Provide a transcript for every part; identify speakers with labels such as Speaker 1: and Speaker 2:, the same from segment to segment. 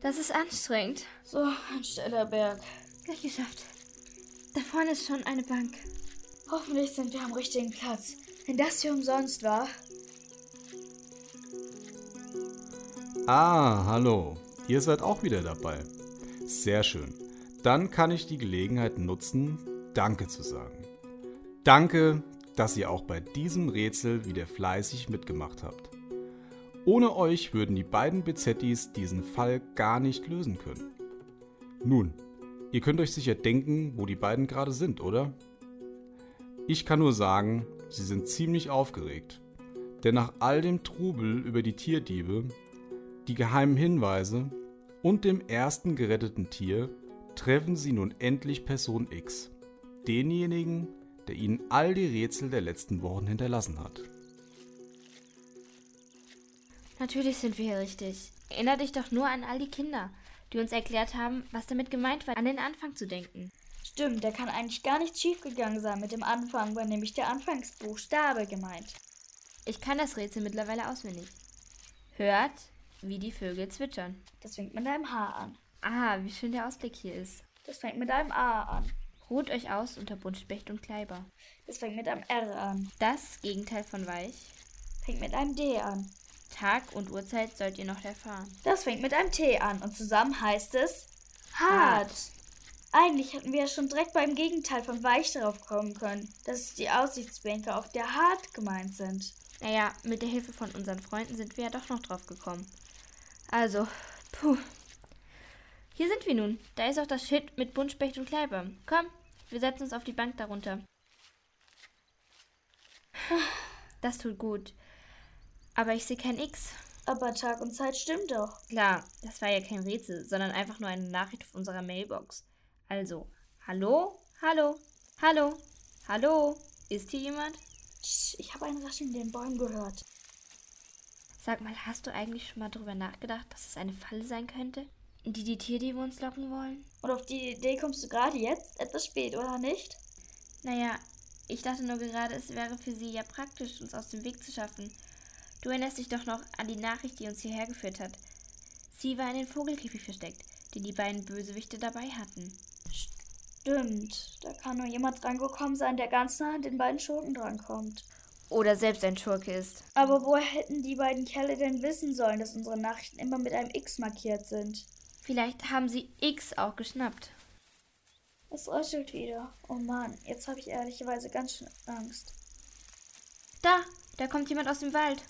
Speaker 1: Das ist anstrengend.
Speaker 2: So, ein steiler Berg.
Speaker 1: Gut geschafft. Da vorne ist schon eine Bank.
Speaker 2: Hoffentlich sind wir am richtigen Platz. Wenn das hier umsonst war.
Speaker 3: Ah, hallo. Ihr seid auch wieder dabei. Sehr schön. Dann kann ich die Gelegenheit nutzen, Danke zu sagen. Danke, dass ihr auch bei diesem Rätsel wieder fleißig mitgemacht habt. Ohne euch würden die beiden Bezettis diesen Fall gar nicht lösen können. Nun, ihr könnt euch sicher denken, wo die beiden gerade sind, oder? Ich kann nur sagen, sie sind ziemlich aufgeregt. Denn nach all dem Trubel über die Tierdiebe, die geheimen Hinweise und dem ersten geretteten Tier treffen sie nun endlich Person X, denjenigen, der ihnen all die Rätsel der letzten Wochen hinterlassen hat.
Speaker 1: Natürlich sind wir hier richtig. Erinner dich doch nur an all die Kinder, die uns erklärt haben, was damit gemeint war, an den Anfang zu denken.
Speaker 2: Stimmt, da kann eigentlich gar nichts schiefgegangen sein mit dem Anfang, war nämlich der Anfangsbuchstabe gemeint.
Speaker 1: Ich kann das Rätsel mittlerweile auswendig. Hört, wie die Vögel zwitschern.
Speaker 2: Das fängt mit einem H an.
Speaker 1: Ah, wie schön der Ausblick hier ist.
Speaker 2: Das fängt mit einem A an.
Speaker 1: Ruht euch aus unter Buntspecht und Kleiber.
Speaker 2: Das fängt mit einem R an.
Speaker 1: Das Gegenteil von weich.
Speaker 2: Fängt mit einem D an.
Speaker 1: Tag und Uhrzeit sollt ihr noch erfahren.
Speaker 2: Das fängt mit einem T an und zusammen heißt es hart. Eigentlich hätten wir ja schon direkt beim Gegenteil von weich darauf kommen können, dass es die Aussichtsbänke auf der hart gemeint sind.
Speaker 1: Naja, mit der Hilfe von unseren Freunden sind wir ja doch noch drauf gekommen. Also, puh. Hier sind wir nun. Da ist auch das Schild mit Buntspecht und Kleiber. Komm, wir setzen uns auf die Bank darunter. Das tut gut. Aber ich sehe kein X.
Speaker 2: Aber Tag und Zeit stimmt doch.
Speaker 1: Klar, das war ja kein Rätsel, sondern einfach nur eine Nachricht auf unserer Mailbox. Also, hallo, hallo, hallo, hallo, ist hier jemand?
Speaker 2: Sch, Ich habe ein Rascheln in den Bäumen gehört.
Speaker 1: Sag mal, hast du eigentlich schon mal drüber nachgedacht, dass es eine Falle sein könnte, in die die Tierdiebe uns locken wollen?
Speaker 2: Und auf die Idee kommst du gerade jetzt? Etwas spät, oder nicht?
Speaker 1: Naja, ich dachte nur gerade, es wäre für sie ja praktisch, uns aus dem Weg zu schaffen. Du erinnerst dich doch noch an die Nachricht, die uns hierher geführt hat. Sie war in den Vogelkäfig versteckt, den die beiden Bösewichte dabei hatten.
Speaker 2: Stimmt. Da kann nur jemand drangekommen sein, der ganz nah an den beiden Schurken drankommt.
Speaker 1: Oder selbst ein Schurke ist.
Speaker 2: Aber woher hätten die beiden Kerle denn wissen sollen, dass unsere Nachrichten immer mit einem X markiert sind?
Speaker 1: Vielleicht haben sie X auch geschnappt.
Speaker 2: Es röchelt wieder. Oh Mann, jetzt habe ich ehrlicherweise ganz schön Angst.
Speaker 1: Da, da kommt jemand aus dem Wald.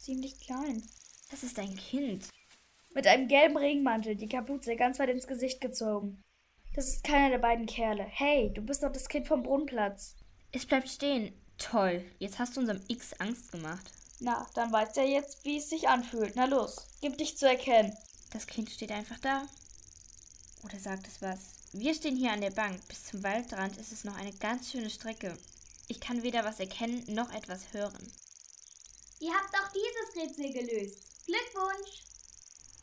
Speaker 2: Ziemlich klein.
Speaker 1: Das ist ein Kind.
Speaker 2: Mit einem gelben Regenmantel, die Kapuze ganz weit ins Gesicht gezogen. Das ist keiner der beiden Kerle. Hey, du bist doch das Kind vom Brunnenplatz.
Speaker 1: Es bleibt stehen. Toll, jetzt hast du unserem X Angst gemacht.
Speaker 2: Na, dann weißt ja jetzt, wie es sich anfühlt. Na los, gib dich zu erkennen.
Speaker 1: Das Kind steht einfach da. Oder sagt es was? Wir stehen hier an der Bank. Bis zum Waldrand ist es noch eine ganz schöne Strecke. Ich kann weder was erkennen noch etwas hören.
Speaker 4: Ihr habt auch dieses Rätsel gelöst. Glückwunsch!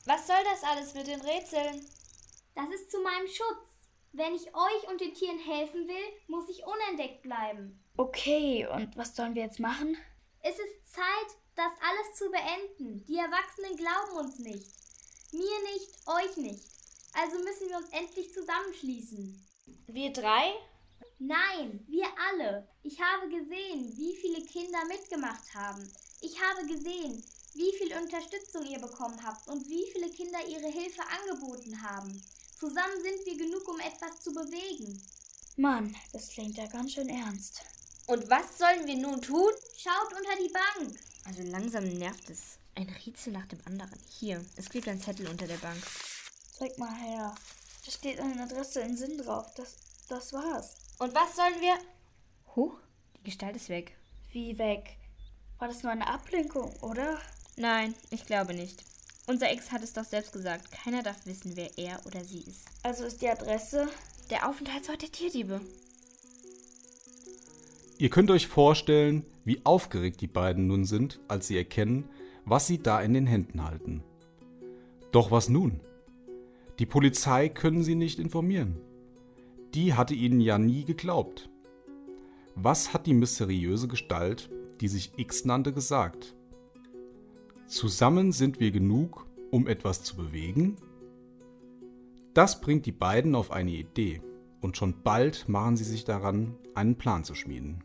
Speaker 2: Was soll das alles mit den Rätseln?
Speaker 4: Das ist zu meinem Schutz. Wenn ich euch und den Tieren helfen will, muss ich unentdeckt bleiben.
Speaker 2: Okay, und was sollen wir jetzt machen?
Speaker 4: Es ist Zeit, das alles zu beenden. Die Erwachsenen glauben uns nicht. Mir nicht, euch nicht. Also müssen wir uns endlich zusammenschließen.
Speaker 2: Wir drei?
Speaker 4: Nein, wir alle. Ich habe gesehen, wie viele Kinder mitgemacht haben. Ich habe gesehen, wie viel Unterstützung ihr bekommen habt und wie viele Kinder ihre Hilfe angeboten haben. Zusammen sind wir genug, um etwas zu bewegen.
Speaker 2: Mann, das klingt ja ganz schön ernst.
Speaker 1: Und was sollen wir nun tun?
Speaker 4: Schaut unter die Bank.
Speaker 1: Also langsam nervt es. Ein Rätsel nach dem anderen. Hier, es klebt ein Zettel unter der Bank.
Speaker 2: Zeig mal her. Da steht eine Adresse in Sinn drauf. Das, das war's.
Speaker 1: Und was sollen wir? Huch, die Gestalt ist weg.
Speaker 2: Wie weg? War das nur eine Ablenkung, oder?
Speaker 1: Nein, ich glaube nicht. Unser Ex hat es doch selbst gesagt. Keiner darf wissen, wer er oder sie ist.
Speaker 2: Also ist die Adresse.
Speaker 1: Der Aufenthaltsort der Tierdiebe.
Speaker 3: Ihr könnt euch vorstellen, wie aufgeregt die beiden nun sind, als sie erkennen, was sie da in den Händen halten. Doch was nun? Die Polizei können sie nicht informieren. Die hatte ihnen ja nie geglaubt. Was hat die mysteriöse Gestalt, die sich X nannte, gesagt? Zusammen sind wir genug, um etwas zu bewegen? Das bringt die beiden auf eine Idee und schon bald machen sie sich daran, einen Plan zu schmieden.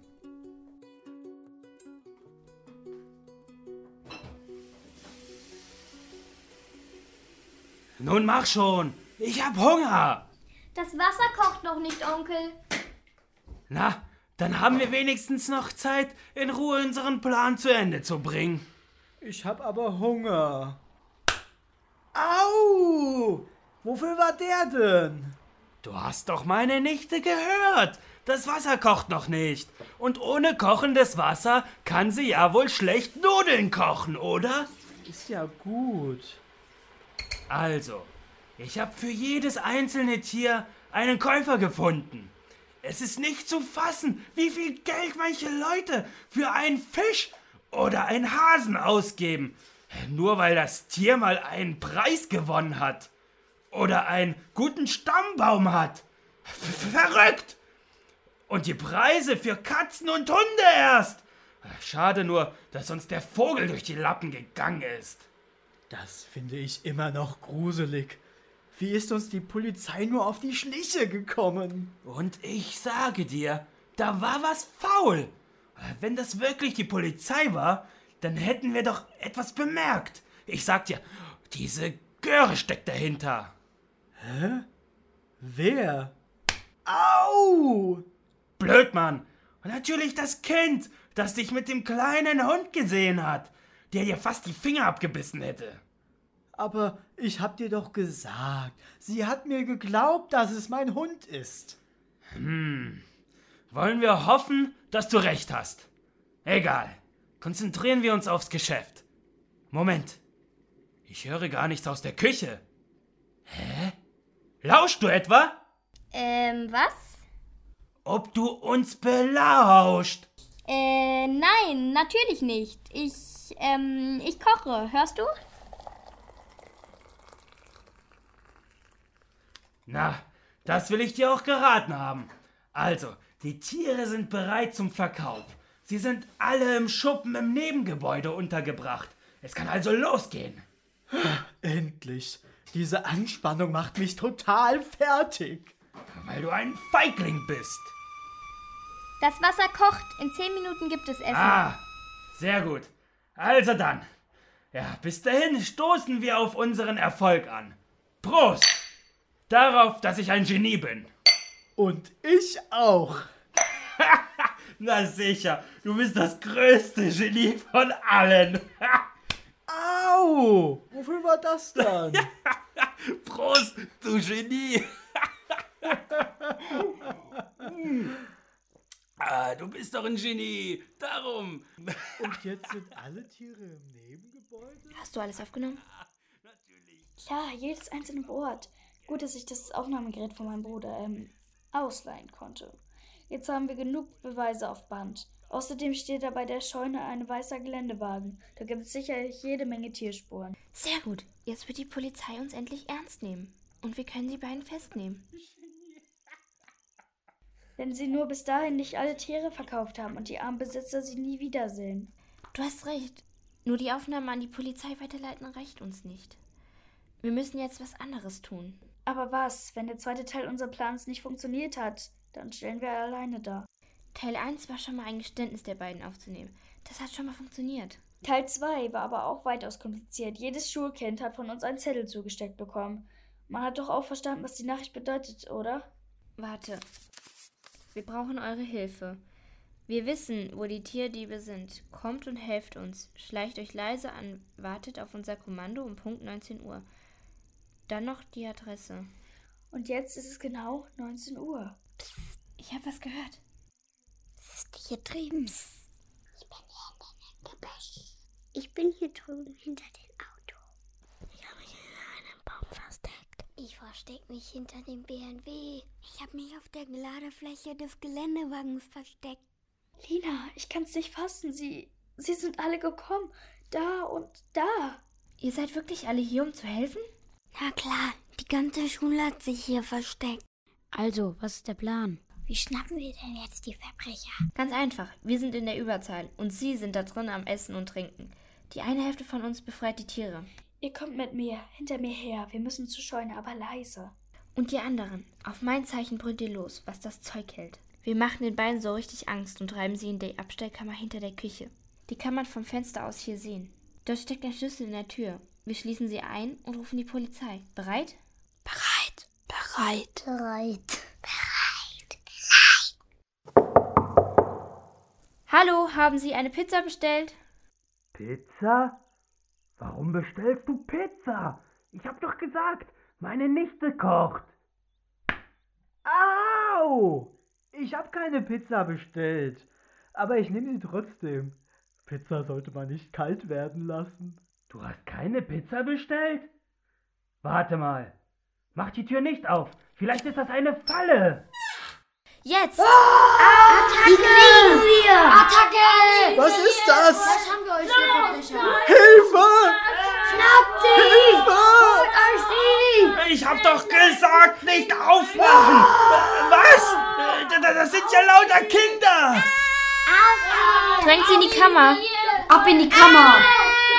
Speaker 5: Nun mach schon! Ich hab Hunger!
Speaker 4: Das Wasser kocht noch nicht, Onkel.
Speaker 5: Na, dann haben wir wenigstens noch Zeit, in Ruhe unseren Plan zu Ende zu bringen.
Speaker 6: Ich hab aber Hunger. Au! Wofür war der denn?
Speaker 5: Du hast doch meine Nichte gehört! Das Wasser kocht noch nicht. Und ohne kochendes Wasser kann sie ja wohl schlecht Nudeln kochen, oder?
Speaker 6: Ist ja gut.
Speaker 5: Also, ich habe für jedes einzelne Tier einen Käufer gefunden. Es ist nicht zu fassen, wie viel Geld manche Leute für einen Fisch oder einen Hasen ausgeben. Nur weil das Tier mal einen Preis gewonnen hat. Oder einen guten Stammbaum hat. Ver- Verrückt! Und die Preise für Katzen und Hunde erst. Schade nur, dass uns der Vogel durch die Lappen gegangen ist.
Speaker 6: Das finde ich immer noch gruselig. Wie ist uns die Polizei nur auf die Schliche gekommen?
Speaker 5: Und ich sage dir, da war was faul. Wenn das wirklich die Polizei war, dann hätten wir doch etwas bemerkt. Ich sag dir, diese Göre steckt dahinter.
Speaker 6: Wer? Au!
Speaker 5: Blödmann. Und natürlich das Kind, das dich mit dem kleinen Hund gesehen hat, der dir fast die Finger abgebissen hätte.
Speaker 6: Aber ich hab dir doch gesagt, sie hat mir geglaubt, dass es mein Hund ist.
Speaker 5: Wollen wir hoffen, dass du recht hast. Egal. Konzentrieren wir uns aufs Geschäft. Moment. Ich höre gar nichts aus der Küche. Hä? Lauschst du etwa?
Speaker 4: Ähm, was?
Speaker 5: Ob du uns belauscht?
Speaker 4: Äh, nein, natürlich nicht. Ich, ähm, ich koche. Hörst du?
Speaker 5: Na, das will ich dir auch geraten haben. Also, die Tiere sind bereit zum Verkauf. Sie sind alle im Schuppen im Nebengebäude untergebracht. Es kann also losgehen.
Speaker 6: Endlich. Diese Anspannung macht mich total fertig.
Speaker 5: Weil du ein Feigling bist.
Speaker 4: Das Wasser kocht. In zehn Minuten gibt es Essen.
Speaker 5: Ah, sehr gut. Also dann. Ja, bis dahin stoßen wir auf unseren Erfolg an. Prost! Darauf, dass ich ein Genie bin.
Speaker 6: Und ich auch.
Speaker 5: Na sicher, du bist das größte Genie von allen.
Speaker 6: Au! Wofür war das dann?
Speaker 5: Prost, du Genie! ah, du bist doch ein Genie. Darum.
Speaker 6: Und jetzt sind alle Tiere im Nebengebäude?
Speaker 1: Hast du alles aufgenommen?
Speaker 2: Klar, jedes einzelne Wort. Gut, dass ich das Aufnahmegerät von meinem Bruder ähm, ausleihen konnte. Jetzt haben wir genug Beweise auf Band. Außerdem steht da bei der Scheune ein weißer Geländewagen. Da gibt es sicherlich jede Menge Tierspuren.
Speaker 1: Sehr gut. Jetzt wird die Polizei uns endlich ernst nehmen. Und wir können die beiden festnehmen.
Speaker 2: Wenn sie nur bis dahin nicht alle Tiere verkauft haben und die armen Besitzer sie nie wiedersehen.
Speaker 1: Du hast recht. Nur die Aufnahme an die Polizei weiterleiten reicht uns nicht. Wir müssen jetzt was anderes tun.
Speaker 2: Aber was, wenn der zweite Teil unseres Plans nicht funktioniert hat? Dann stellen wir alleine da.
Speaker 1: Teil 1 war schon mal ein Geständnis der beiden aufzunehmen. Das hat schon mal funktioniert.
Speaker 2: Teil 2 war aber auch weitaus kompliziert. Jedes Schulkind hat von uns einen Zettel zugesteckt bekommen. Man hat doch auch verstanden, was die Nachricht bedeutet, oder?
Speaker 1: Warte. Wir brauchen eure Hilfe. Wir wissen, wo die Tierdiebe sind. Kommt und helft uns. Schleicht euch leise an, wartet auf unser Kommando um Punkt 19 Uhr. Dann noch die Adresse.
Speaker 2: Und jetzt ist es genau 19 Uhr.
Speaker 1: Ich habe was gehört.
Speaker 7: hier drüben. Ich bin hier drüben hinter dem Auto. Ich habe mich in einem Baum versteckt. Ich verstecke mich hinter dem BMW. Ich habe mich auf der Ladefläche des Geländewagens versteckt.
Speaker 2: Lina, ich kann's nicht fassen. Sie, sie sind alle gekommen. Da und da.
Speaker 1: Ihr seid wirklich alle hier, um zu helfen?
Speaker 7: Na klar, die ganze Schule hat sich hier versteckt.
Speaker 8: Also, was ist der Plan?
Speaker 7: Wie schnappen wir denn jetzt die Verbrecher?
Speaker 1: Ganz einfach. Wir sind in der Überzahl und sie sind da drin am Essen und Trinken. Die eine Hälfte von uns befreit die Tiere.
Speaker 2: Ihr kommt mit mir, hinter mir her. Wir müssen zur Scheune, aber leise.
Speaker 1: Und ihr anderen, auf mein Zeichen brüllt ihr los, was das Zeug hält. Wir machen den beiden so richtig Angst und treiben sie in die Abstellkammer hinter der Küche. Die kann man vom Fenster aus hier sehen. Dort steckt ein Schlüssel in der Tür. Wir schließen sie ein und rufen die Polizei. Bereit?
Speaker 7: Bereit. Bereit. Bereit.
Speaker 1: Hallo, haben Sie eine Pizza bestellt?
Speaker 5: Pizza? Warum bestellst du Pizza? Ich hab doch gesagt, meine Nichte kocht.
Speaker 6: Au! Ich habe keine Pizza bestellt. Aber ich nehme sie trotzdem. Pizza sollte man nicht kalt werden lassen.
Speaker 5: Du hast keine Pizza bestellt? Warte mal. Mach die Tür nicht auf. Vielleicht ist das eine Falle.
Speaker 1: Jetzt!
Speaker 7: Die kriegen wir. Attacke.
Speaker 6: Was ist das?
Speaker 7: Was haben wir euch hier verbessert?
Speaker 6: Hilfe!
Speaker 7: Schnappt sie.
Speaker 6: Hilfe!
Speaker 7: Euch sie.
Speaker 5: Ich hab doch gesagt, nicht aufmachen! Äh, Was? Äh, da- da- Das sind ja lauter Kinder!
Speaker 1: Drängt sie in die Kammer!
Speaker 7: Oh,
Speaker 8: Ab in die Kammer!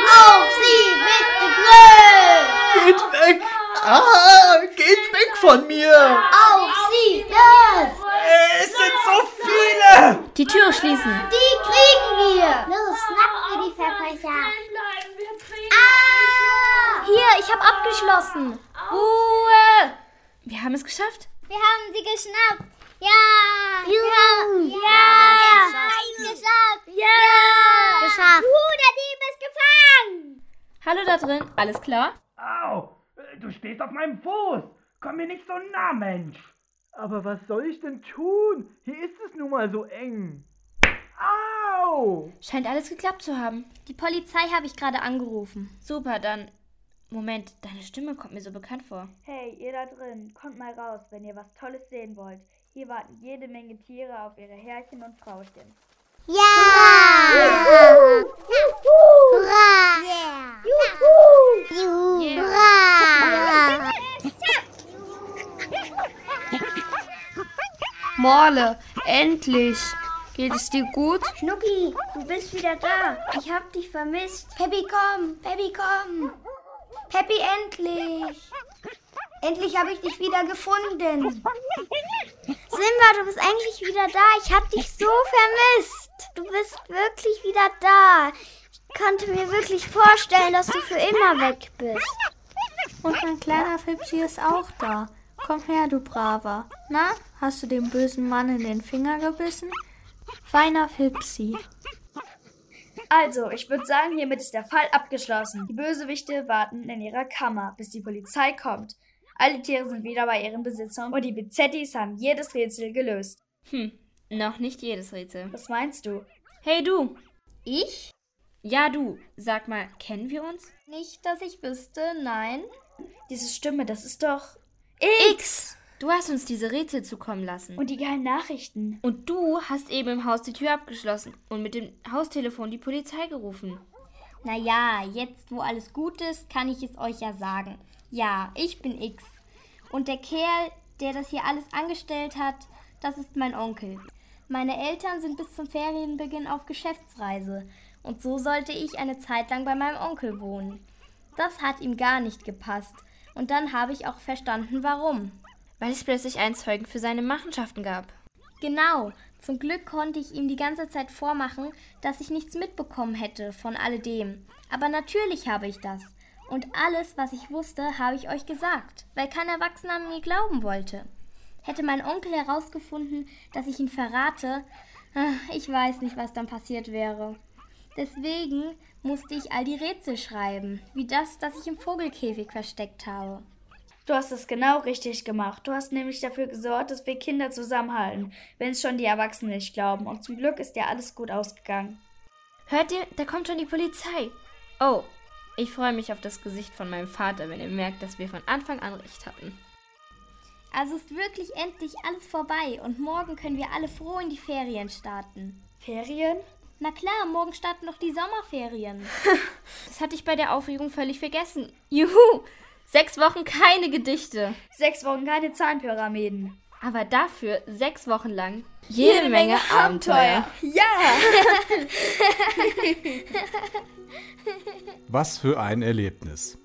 Speaker 7: Auf sie mit die Brille.
Speaker 6: Geht weg! Ah, geht weg von mir!
Speaker 7: Auf sie los.
Speaker 5: Äh, Es sind so viele!
Speaker 1: Die Türe schließen!
Speaker 7: Die kriegen wir. Los, schnappt ihr die Verbrecher.
Speaker 4: Bleiben wir kriegen.
Speaker 7: Ah!
Speaker 1: Hier, ich habe abgeschlossen! Ruhe! Wir haben es geschafft!
Speaker 7: Wir haben sie geschnappt. Ja! Juhu! Ja! ja. Nein, geschafft! Ja! Geschafft! Juhu, der Dieb ist gefangen!
Speaker 1: Hallo da drin, alles klar?
Speaker 5: Au! äh, Du stehst auf meinem Fuß! Komm mir nicht so nah, Mensch!
Speaker 6: Aber was soll ich denn tun? Hier ist es nun mal so eng. Au!
Speaker 1: Scheint alles geklappt zu haben.
Speaker 8: Die Polizei habe ich gerade angerufen.
Speaker 1: Super, dann. Moment, deine Stimme kommt mir so bekannt vor.
Speaker 2: Hey, ihr da drin, kommt mal raus, wenn ihr was Tolles sehen wollt. Hier warten jede Menge Tiere auf ihre Herrchen und Frauchen.
Speaker 7: Ja! Juhu! Hurra! Juhu! Juhu! Hurra!
Speaker 8: Morle, endlich! Geht es dir gut?
Speaker 7: Schnucki, du bist wieder da. Ich hab dich vermisst. Peppi, komm. Peppi, komm. Peppi, endlich. Endlich habe ich dich wieder gefunden. Simba, du bist endlich wieder da. Ich hab dich so vermisst. Du bist wirklich wieder da. Ich konnte mir wirklich vorstellen, dass du für immer weg bist.
Speaker 9: Und mein kleiner Fipsi ist auch da. Komm her, du Braver. Na, hast du dem bösen Mann in den Finger gebissen? Feiner Fipsi.
Speaker 2: Also, ich würde sagen, hiermit ist der Fall abgeschlossen. Die Bösewichte warten in ihrer Kammer, bis die Polizei kommt. Alle Tiere sind wieder bei ihren Besitzern und die Bizzettis haben jedes Rätsel gelöst.
Speaker 1: Hm, noch nicht jedes Rätsel.
Speaker 2: Was meinst du?
Speaker 1: Hey du! Ich? Ja, du. Sag mal, kennen wir uns?
Speaker 4: Nicht, dass ich wüsste, nein.
Speaker 2: Diese Stimme, das ist doch X!
Speaker 1: Du hast uns diese Rätsel zukommen lassen.
Speaker 2: Und die geilen Nachrichten.
Speaker 1: Und du hast eben im Haus die Tür abgeschlossen und mit dem Haustelefon die Polizei gerufen.
Speaker 9: Naja, jetzt wo alles gut ist, kann ich es euch ja sagen. Ja, ich bin X. Und der Kerl, der das hier alles angestellt hat, das ist mein Onkel. Meine Eltern sind bis zum Ferienbeginn auf Geschäftsreise. Und so sollte ich eine Zeit lang bei meinem Onkel wohnen. Das hat ihm gar nicht gepasst. Und dann habe ich auch verstanden, warum.
Speaker 1: Weil es plötzlich einen Zeugen für seine Machenschaften gab.
Speaker 9: Genau. Zum Glück konnte ich ihm die ganze Zeit vormachen, dass ich nichts mitbekommen hätte von alledem. Aber natürlich habe ich das. Und alles, was ich wusste, habe ich euch gesagt, weil kein Erwachsener mir glauben wollte. Hätte mein Onkel herausgefunden, dass ich ihn verrate, äh, ich weiß nicht, was dann passiert wäre. Deswegen musste ich all die Rätsel schreiben, wie das, das ich im Vogelkäfig versteckt habe.
Speaker 2: Du hast es genau richtig gemacht. Du hast nämlich dafür gesorgt, dass wir Kinder zusammenhalten, wenn es schon die Erwachsenen nicht glauben. Und zum Glück ist dir alles gut ausgegangen.
Speaker 1: Hört ihr, da kommt schon die Polizei. Oh, ich freue mich auf das Gesicht von meinem Vater, wenn er merkt, dass wir von Anfang an recht hatten.
Speaker 9: Also ist wirklich endlich alles vorbei und morgen können wir alle froh in die Ferien starten.
Speaker 2: Ferien?
Speaker 9: Na klar, morgen starten noch die Sommerferien.
Speaker 1: Das hatte ich bei der Aufregung völlig vergessen. Juhu! Sechs Wochen keine Gedichte.
Speaker 2: Sechs Wochen keine Zahnpyramiden.
Speaker 1: Aber dafür sechs Wochen lang
Speaker 2: jede Menge Abenteuer.
Speaker 3: Was für ein Erlebnis.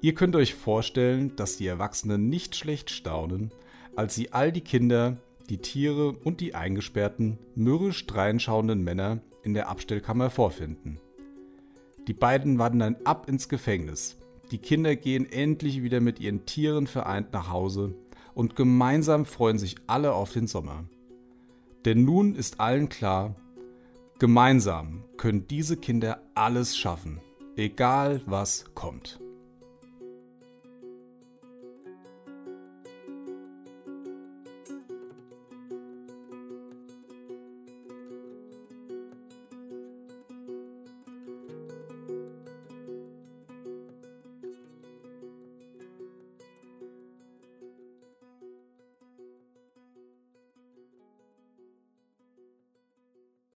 Speaker 3: Ihr könnt euch vorstellen, dass die Erwachsenen nicht schlecht staunen, als sie all die Kinder, die Tiere und die eingesperrten, mürrisch dreinschauenden Männer in der Abstellkammer vorfinden. Die beiden wandern ab ins Gefängnis. Die Kinder gehen endlich wieder mit ihren Tieren vereint nach Hause und gemeinsam freuen sich alle auf den Sommer. Denn nun ist allen klar, gemeinsam können diese Kinder alles schaffen, egal was kommt.